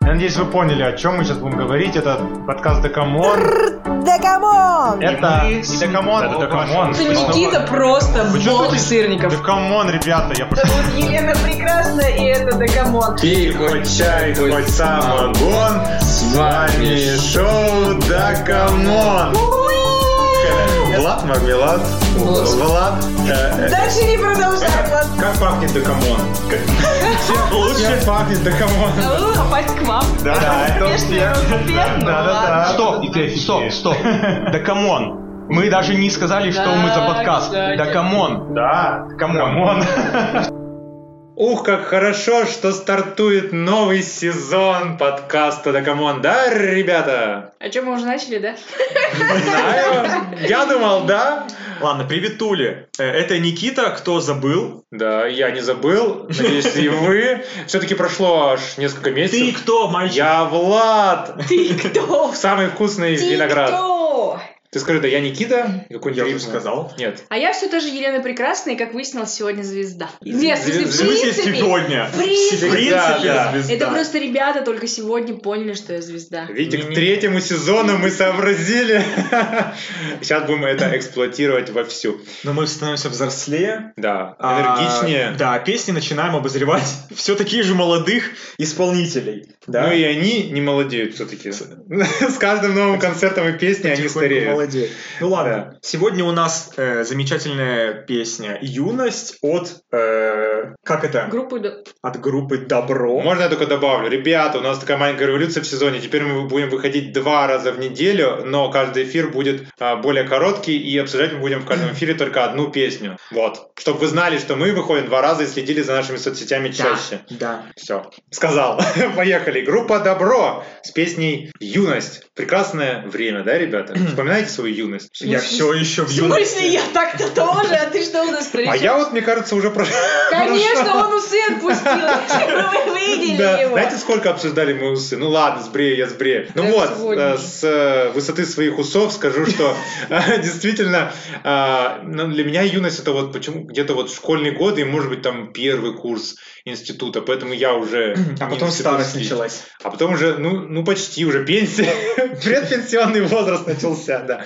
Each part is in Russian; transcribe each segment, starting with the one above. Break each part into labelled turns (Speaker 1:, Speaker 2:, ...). Speaker 1: надеюсь, вы поняли, о чем мы сейчас будем говорить. Это подкаст Декамон.
Speaker 2: Да камон!
Speaker 1: Это
Speaker 3: мы
Speaker 1: не
Speaker 3: с-
Speaker 1: Декамон, это
Speaker 3: Да,
Speaker 1: Декамон.
Speaker 3: Декамон.
Speaker 4: Это Никита просто
Speaker 1: Вы чё
Speaker 4: бог
Speaker 1: тут-
Speaker 4: сырников.
Speaker 1: Декамон, ребята, я прошу.
Speaker 2: Тут Елена прекрасна, и это Дагамон.
Speaker 5: Пей хоть чай, хоть
Speaker 1: самогон,
Speaker 5: С вами
Speaker 1: шоу Дакамон.
Speaker 3: Э, Влад Мармелад. Влад. э, э,
Speaker 2: Дальше не продолжай, ладно.
Speaker 3: Как пахнет Декамон? Как- Чем лучше пахнет Декамон?
Speaker 4: Надо было попасть к вам.
Speaker 3: Да, это
Speaker 4: Успешно, успешно.
Speaker 1: Да-да-да.
Speaker 6: Стоп, стоп, стоп. Да камон. Мы даже не сказали, что мы за
Speaker 4: Да,
Speaker 6: подкаст.
Speaker 4: кстати.
Speaker 6: Да камон.
Speaker 3: Да.
Speaker 6: Камон.
Speaker 3: Ух, как хорошо, что стартует новый сезон подкаста Декамон. Да, ребята?
Speaker 4: А что, мы уже начали, да?
Speaker 3: Знаю. Я думал, да?
Speaker 5: Ладно, приветули. Э, Это Никита, кто забыл?
Speaker 3: Да, я не забыл. Надеюсь, и вы. Все-таки прошло аж несколько
Speaker 5: Ты
Speaker 3: месяцев.
Speaker 5: кто, мальчик?
Speaker 3: Я Влад.
Speaker 4: Ты кто?
Speaker 3: Самый вкусный
Speaker 4: Ты
Speaker 3: виноград.
Speaker 4: кто?
Speaker 3: Ты скажи, да я Никита? Какой-нибудь
Speaker 5: Я
Speaker 3: рифм.
Speaker 5: уже сказал.
Speaker 3: Нет.
Speaker 4: А я все тоже Елена Прекрасная, и, как выяснилось, сегодня звезда. Нет, в смысле,
Speaker 5: В
Speaker 4: в
Speaker 5: смысле
Speaker 4: принципе.
Speaker 5: сегодня?
Speaker 4: В принципе.
Speaker 5: В принципе,
Speaker 3: Да, да.
Speaker 5: звезда.
Speaker 4: Это просто ребята только сегодня поняли, что я звезда.
Speaker 3: Видите, к третьему сезону мы сообразили. Сейчас будем это эксплуатировать вовсю.
Speaker 5: Но Ну, мы становимся взрослее.
Speaker 3: Да,
Speaker 5: а,
Speaker 3: энергичнее.
Speaker 5: Да, песни начинаем обозревать все таких же молодых исполнителей. Да.
Speaker 3: Ну и они не молодеют все-таки. С каждым новым концертом и песней они
Speaker 5: Потихоньку
Speaker 3: стареют.
Speaker 5: молодеют. Ну ладно, сегодня у нас э, замечательная песня «Юность» от... э, как это?
Speaker 4: Группу... до-
Speaker 5: От группы «Добро».
Speaker 3: Можно я только добавлю? Ребята, у нас такая маленькая революция в сезоне. Теперь мы будем выходить два раза в неделю, но каждый эфир будет а, более короткий, и обсуждать мы будем в каждом эфире только одну песню. Вот. Чтобы вы знали, что мы выходим два раза и следили за нашими соцсетями чаще.
Speaker 5: Да.
Speaker 3: Все. Сказал. Поехали. Группа Добро с песней Юность. Прекрасное время, да, ребята? Вспоминайте свою юность.
Speaker 5: Я все еще в
Speaker 4: В
Speaker 5: юности.
Speaker 4: смысле, я так-то тоже? А ты что у нас пролетел?
Speaker 3: А я вот, мне кажется, уже про...
Speaker 4: Конечно, он усы отпустил. Вы видели
Speaker 3: Да.
Speaker 4: его.
Speaker 3: Знаете, сколько обсуждали мы усы? Ну ладно, сбрею, я сбрею. Ну
Speaker 4: Да,
Speaker 3: вот,
Speaker 4: сегодня
Speaker 3: э,
Speaker 4: же.
Speaker 3: с э, высоты своих усов скажу, что э, действительно э, ну, для меня юность это вот почему где-то вот школьные годы и может быть там первый курс института, поэтому я уже
Speaker 5: А
Speaker 3: не
Speaker 5: потом старость
Speaker 3: институтский.
Speaker 5: началась.
Speaker 3: А потом уже, ну, ну почти уже пенсия, предпенсионный возраст начался, да.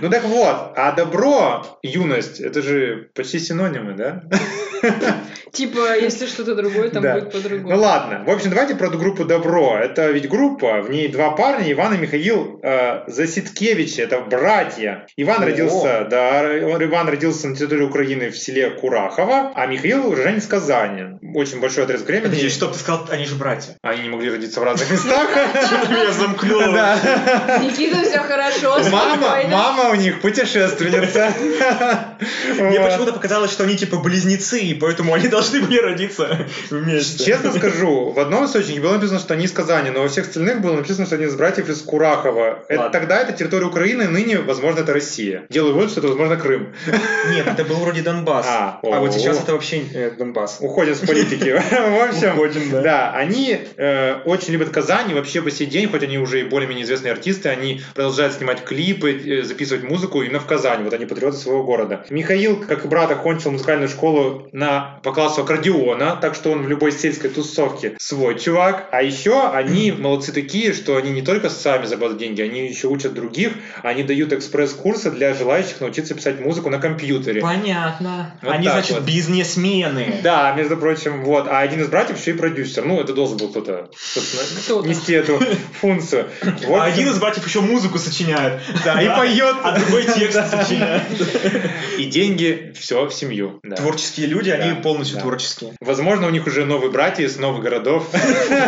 Speaker 3: Ну так вот, а добро, юность, это же почти синонимы, да?
Speaker 4: Типа, если что-то другое, там
Speaker 3: Да.
Speaker 4: будет
Speaker 3: Ну
Speaker 4: по-другому.
Speaker 3: ладно, в общем, давайте про группу Добро. Это ведь группа, в ней два парня, Иван и Михаил э, Засидкевичи, это братья. Иван
Speaker 5: О.
Speaker 3: родился, да, р- Иван родился на территории Украины в селе Курахово, а Михаил уроженец Казани. Очень большой отрез времени.
Speaker 5: Подожди, что ты сказал? Они же братья.
Speaker 3: Они не могли родиться в разных местах.
Speaker 5: Ты меня замкнула.
Speaker 3: Да.
Speaker 4: Никита, все хорошо,
Speaker 3: Мама,
Speaker 4: спокойно.
Speaker 3: мама у них путешественница.
Speaker 5: Мне
Speaker 3: Вот.
Speaker 5: почему-то показалось, что они типа близнецы, и поэтому они должны были родиться вместе.
Speaker 3: Честно скажу, в одном источнике было написано, что они из Казани, но во всех остальных было написано, что они из братьев из Курахова. Это,
Speaker 5: Ладно.
Speaker 3: тогда это территория Украины, ныне, возможно, это Россия. Делаю вывод, что это, возможно, Крым.
Speaker 5: Нет, это был вроде Донбасс.
Speaker 3: А,
Speaker 5: А, вот
Speaker 3: о.
Speaker 5: сейчас это вообще э, Донбасс.
Speaker 3: Уходим с политики. В общем,
Speaker 5: Уходим, да.
Speaker 3: Да, они э, очень любят Казань, и вообще по сей день, хоть они уже и более-менее известные артисты, они продолжают снимать клипы, э, записывать музыку именно в Казани, вот они патриоты своего города. Михаил, как и брат, окончил музыкальную школу на, по классу аккордеона, так что он в любой сельской тусовке свой чувак. А еще они молодцы такие, что они не только сами зарабатывают деньги, они еще учат других, они дают экспресс-курсы для желающих научиться писать музыку на компьютере.
Speaker 5: Понятно.
Speaker 3: Вот
Speaker 5: они,
Speaker 3: так
Speaker 5: значит,
Speaker 3: вот.
Speaker 5: бизнесмены.
Speaker 3: Да, между прочим, вот. А один из братьев еще и продюсер. Ну, это должен был кто-то, собственно,
Speaker 4: Кто-то.
Speaker 3: нести эту функцию. Вот.
Speaker 5: Ну, а один из братьев еще музыку сочиняет. Да,
Speaker 3: и поет.
Speaker 5: А другой текст сочиняет.
Speaker 3: И деньги, все, в семью. да.
Speaker 5: Творческие люди, они
Speaker 3: Да,
Speaker 5: полностью
Speaker 3: да.
Speaker 5: творческие.
Speaker 3: Возможно, у них уже новые братья из новых городов.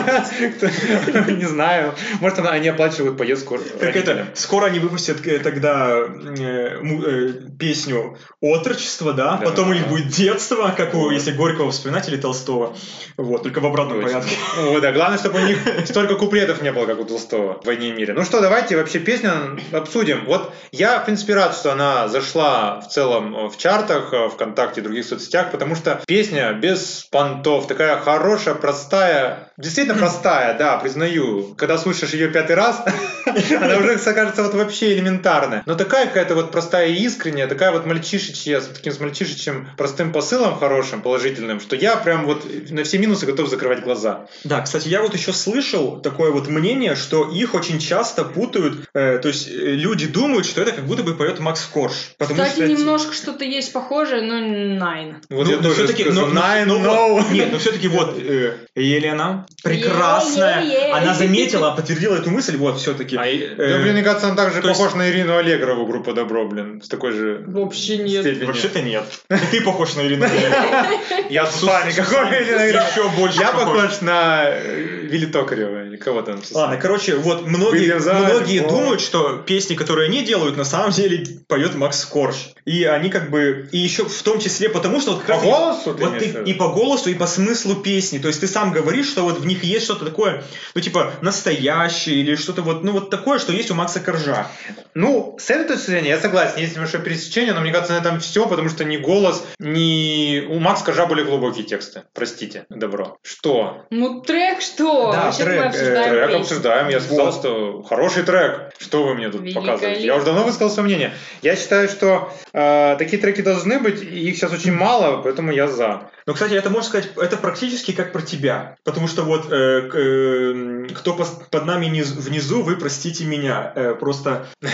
Speaker 3: Не знаю. Может, она- они оплачивают поездку
Speaker 5: Как это,
Speaker 3: родителям.
Speaker 5: скоро они выпустят э, тогда э, му- э, песню «Отрочество», да?
Speaker 3: Да.
Speaker 5: Потом у них будет «Детство», как у,
Speaker 3: Вот.
Speaker 5: если Горького вспоминать, или Толстого. Вот, только в обратном
Speaker 3: Точно.
Speaker 5: порядке.
Speaker 3: О, да, главное, чтобы у них столько куплетов не было, как у Толстого в «Войне и мире». Ну что, давайте вообще песню обсудим. Вот я, в принципе, рад, что она зашла в целом э, в чартах, э, ВКонтакте и других соцсетях, потому потому что песня без понтов, такая хорошая, простая, действительно простая, да, признаю. Когда слушаешь ее пятый раз, она уже кажется вот вообще элементарная. Но такая какая-то вот простая и искренняя, такая вот мальчишечья, с таким с мальчишечьим простым посылом хорошим, положительным, что я прям вот на все минусы готов закрывать глаза.
Speaker 5: Да, кстати, я вот еще слышал такое вот мнение, что их очень часто путают, э, то есть э, люди думают, что это как будто бы поет Макс Корж. Потому
Speaker 4: Кстати,
Speaker 5: что... эти-
Speaker 4: немножко что-то есть похожее, но найн.
Speaker 3: Вот
Speaker 5: Ну,
Speaker 3: я
Speaker 5: ну,
Speaker 3: тоже
Speaker 5: всё-таки,
Speaker 3: скажу, ну,
Speaker 5: но- но-
Speaker 3: «Nine,
Speaker 5: но
Speaker 3: no».
Speaker 5: вот- Нет, но все-таки вот э, Елена прекрасная,
Speaker 4: Е-е-е.
Speaker 5: она заметила, подтвердила эту мысль, вот все-таки.
Speaker 3: А, и- да, блин, мне кажется, он также
Speaker 5: э, то есть-
Speaker 3: похож на Ирину Аллегрову, группа Добро, блин, с такой же
Speaker 4: Вообще
Speaker 3: степени.
Speaker 5: Вообще-то нет. И ты похож на Елену.
Speaker 3: Я с вами, какой Ирина Аллегрова?
Speaker 5: Еще больше
Speaker 3: Я
Speaker 5: похож.
Speaker 3: похож на э, Вилли Токарева или кого там.
Speaker 5: Ладно, короче, вот многие,
Speaker 3: Были в зале,
Speaker 5: многие
Speaker 3: о.
Speaker 5: думают, что песни, которые они делают, на самом деле поет Макс Корж. И они как бы... И еще в том числе потому, что вот как
Speaker 3: По
Speaker 5: раз-
Speaker 3: голосу ты
Speaker 5: Вот
Speaker 3: имеешь в
Speaker 5: ты
Speaker 3: виду?
Speaker 5: и по голосу, и по смыслу песни. То есть ты сам говоришь, что вот в них есть что-то такое, ну типа настоящее или что-то вот, ну вот такое, что есть у Макса Коржа.
Speaker 3: Ну, с этой точки зрения я согласен, есть небольшое пересечение, но мне кажется, на этом все, потому что ни голос, ни... У Макс Коржа более глубокие тексты, простите, добро. Что?
Speaker 4: Ну, трек что?
Speaker 5: Да,
Speaker 4: Вообще-то
Speaker 5: трек,
Speaker 4: мы
Speaker 5: э,
Speaker 4: обсуждаем
Speaker 3: трек
Speaker 4: песню.
Speaker 3: обсуждаем, я сказал,
Speaker 5: Вот.
Speaker 3: что хороший трек. Что вы мне тут
Speaker 4: Великолепно.
Speaker 3: показываете? Я уже давно высказал свое мнение. Я считаю, что э, такие треки должны быть, и их сейчас очень мало, поэтому я за.
Speaker 5: Но, кстати, это можно сказать, это практически как про тебя. Потому что вот э, к- э, кто пос- под нами низ- внизу, вы простите меня. Э, просто э,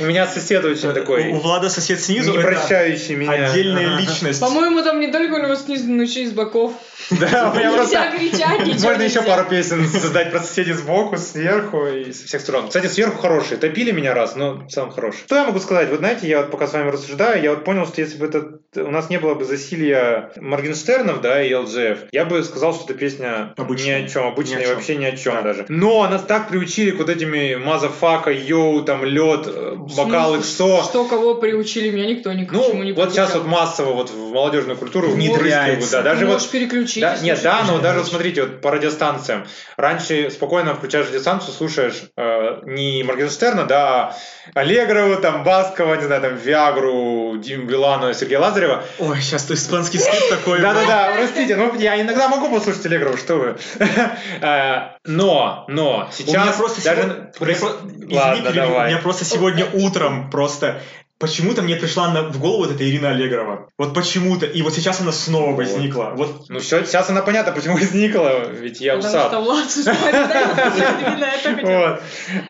Speaker 3: У меня сосед очень
Speaker 5: у, у
Speaker 3: такой,
Speaker 5: Влада сосед снизу.
Speaker 3: не
Speaker 5: это
Speaker 3: прощающий меня.
Speaker 5: Отдельная
Speaker 3: Ага.
Speaker 5: личность.
Speaker 4: По-моему, там не только у него снизу, но еще и с боков.
Speaker 3: Да, у меня просто...
Speaker 4: Нельзя кричать, ничего
Speaker 3: Можно еще
Speaker 4: нельзя.
Speaker 3: пару песен создать про соседей сбоку, сверху и со всех сторон. Кстати, сверху хорошие. Топили меня раз, но сам хороший. Что я могу сказать? Вот знаете, я вот пока с вами рассуждаю, я вот понял, что если бы этот у нас не было бы засилья Моргенштернов, да, и ЛДФ, я бы сказал, что эта песня
Speaker 5: Обычная.
Speaker 3: ни о чем, обычная
Speaker 5: Ни о
Speaker 3: и
Speaker 5: чем.
Speaker 3: вообще ни о чем
Speaker 5: Да.
Speaker 3: даже. Но нас так приучили к вот этими мазафака, йоу, там лед, э,
Speaker 4: Ну,
Speaker 3: бокал и все.
Speaker 4: Что кого приучили, меня никто ни к
Speaker 3: Ну,
Speaker 4: чему не
Speaker 3: вот сейчас
Speaker 4: приучал.
Speaker 3: вот массово вот в молодежную культуру
Speaker 5: Внедряется.
Speaker 3: Да, даже вот
Speaker 4: Можешь переключить.
Speaker 3: да, нет, да, но
Speaker 5: слушаешь,
Speaker 3: даже
Speaker 5: короче.
Speaker 3: смотрите, вот по радиостанциям. Раньше спокойно включаешь радиостанцию, слушаешь э, не Моргенштерна, да, а Аллегрову, там, Баскова, не знаю, там, Виагру, Диму Билану, Сергея Лазарева.
Speaker 5: Ой, сейчас ты испанский скрипт такой.
Speaker 3: Да-да-да, простите, ну, я иногда могу послушать Аллегрову, что вы. Э, Но, но,
Speaker 5: У меня
Speaker 3: сейчас
Speaker 5: просто
Speaker 3: даже...
Speaker 5: сегодня... у меня про- извини,
Speaker 3: Ладно,
Speaker 5: перебью. у меня
Speaker 3: давай.
Speaker 5: просто сегодня утром просто почему-то мне пришла на- в голову вот эта Ирина Аллегрова. Вот почему-то. И вот сейчас она снова возникла. Вот.
Speaker 3: Ну, все, сейчас она понятна, почему возникла, ведь я
Speaker 4: Потому
Speaker 3: усад.
Speaker 4: что Влад вспоминает, да, именно это хотел.
Speaker 3: Вот.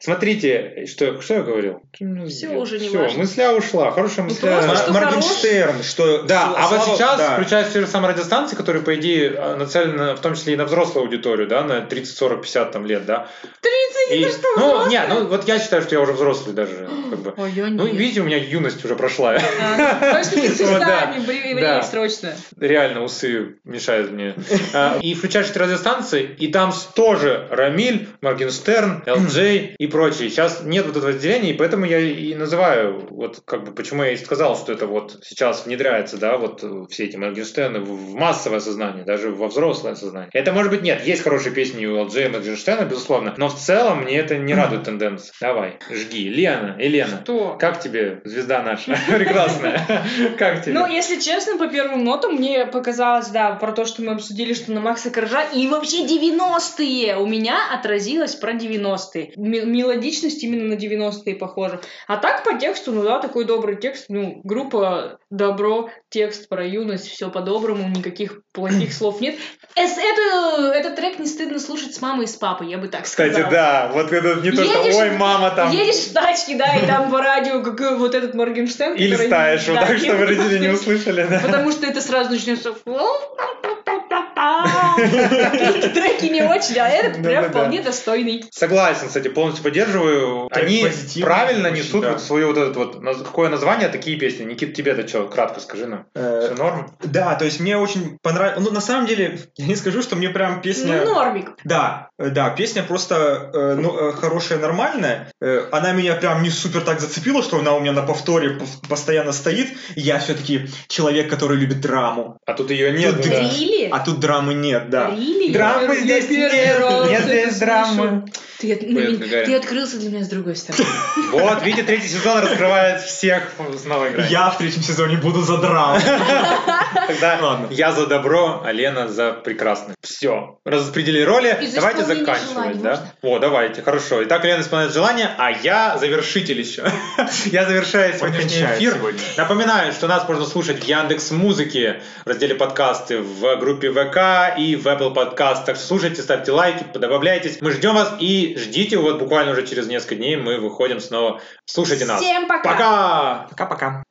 Speaker 3: Смотрите, что, что я говорил? Все,
Speaker 4: уже не
Speaker 3: Все,
Speaker 4: важно.
Speaker 3: мысля ушла. Хорошая
Speaker 4: Ну,
Speaker 3: мысля.
Speaker 4: просто, что
Speaker 5: Моргенштерн, что...
Speaker 3: Да, а вот
Speaker 5: слава-
Speaker 3: сейчас
Speaker 5: да.
Speaker 3: включаются те же самые радиостанции, которые, по идее, э, нацелены в том числе и на взрослую аудиторию, да, на 30, 40, 50 там лет, да.
Speaker 4: 30
Speaker 3: И-
Speaker 4: это что,
Speaker 3: ну,
Speaker 4: взрослые?
Speaker 3: нет, ну вот я считаю, что я уже взрослый даже. Как бы.
Speaker 4: Ой, я
Speaker 3: Ну,
Speaker 4: нет.
Speaker 3: видите, у меня юность уже прошла.
Speaker 4: А, Точно
Speaker 3: Вот, да.
Speaker 4: перестань, не бри- время
Speaker 3: Да.
Speaker 4: срочно.
Speaker 3: Реально, усы мешают мне. А, И включаешь эти радиостанции, и там с- тоже Рамиль, Моргенштерн, Элджей и прочие. Сейчас нет вот этого разделения, и поэтому я и называю, вот как бы, почему я и сказал, что это вот сейчас внедряется, да, вот э, все эти Моргенштерны в в массовое сознание, даже во взрослое сознание. Это может быть нет, есть хорошие песни у Элджея и Моргенштерна, безусловно, но в целом мне это не радует тенденция. Давай, жги. Лена, Елена,
Speaker 4: Что?
Speaker 3: как тебе звезда наша? Прекрасная. Как тебе?
Speaker 4: Ну, если честно, по первым нотам мне показалось, да, про то, что мы обсудили, что на Макса Коржа и вообще 90-е у меня отразилось про 90-е. М- мелодичность именно на 90-е похожа. А так по тексту, ну да, такой добрый текст, ну, группа «Добро», текст про юность, все по-доброму, никаких плохих слов нет. Эс- это- этот трек не стыдно слушать с мамой и с папой, я бы так
Speaker 3: Кстати,
Speaker 4: сказала.
Speaker 3: да, вот это не то,
Speaker 4: Едешь-
Speaker 3: что «Ой, мама там...»
Speaker 4: Едешь в тачке, да, и там по радио как, э, вот этот Моргенштерн.
Speaker 3: Или
Speaker 4: который-
Speaker 3: стаешь, вот
Speaker 4: да,
Speaker 3: так, чтобы родители не услышали, да.
Speaker 4: Потому что это сразу начнется... Какие-то треки не очень, а этот
Speaker 3: Да-да-да.
Speaker 4: прям вполне достойный.
Speaker 3: Согласен, кстати, полностью поддерживаю.
Speaker 5: Так
Speaker 3: Они
Speaker 5: позитивно
Speaker 3: правильно
Speaker 5: очень,
Speaker 3: несут
Speaker 5: да.
Speaker 3: вот свое вот это вот... наз- Какое название, такие песни. Никит, тебе это что, кратко скажи нам. Все
Speaker 5: Э,
Speaker 3: норм?
Speaker 5: Да, то есть мне очень понравилось. Ну, на самом деле, я не скажу, что мне прям песня...
Speaker 4: Ну, нормик.
Speaker 5: Да, э, да, песня просто э, ну, э, хорошая, нормальная. Э, она меня прям не супер так зацепила, что она у меня на повторе пов- постоянно стоит. Я все-таки человек, который любит драму.
Speaker 3: А тут ее нет.
Speaker 5: Тут
Speaker 3: ну да.
Speaker 4: Рили?
Speaker 5: А тут драмы нет, да.
Speaker 4: Рили?
Speaker 3: Драмы
Speaker 4: Я
Speaker 3: здесь
Speaker 4: первый
Speaker 3: нет,
Speaker 4: раз
Speaker 3: нет
Speaker 4: это
Speaker 3: здесь
Speaker 4: слышу.
Speaker 3: драмы.
Speaker 4: Ты, от- на
Speaker 3: Привет,
Speaker 4: меня-
Speaker 3: Гагарин.
Speaker 4: ты открылся для меня с другой стороны.
Speaker 3: Вот, видите, третий сезон раскрывает всех с новой игрой.
Speaker 5: Я в третьем сезоне буду за драму.
Speaker 3: Тогда
Speaker 5: Ладно.
Speaker 3: я за добро, а Лена за прекрасное. Все, распределили роли,
Speaker 4: И за
Speaker 3: давайте
Speaker 4: исполнение
Speaker 3: заканчивать,
Speaker 4: желаний
Speaker 3: да?
Speaker 4: можно?
Speaker 3: О, давайте, хорошо. Итак, Лена исполняет желание, а я завершитель еще. Я завершаю сегодняшний
Speaker 5: Кончает
Speaker 3: эфир.
Speaker 5: сегодня.
Speaker 3: Напоминаю, что нас можно слушать в Яндекс Музыке, в разделе подкасты, в группе ВК и в Apple подкастах. Слушайте, ставьте лайки, добавляйтесь. Мы ждем вас и ждите. Вот буквально уже через несколько дней мы выходим снова. Слушайте нас.
Speaker 4: Всем пока!
Speaker 3: Пока!
Speaker 5: Пока-пока.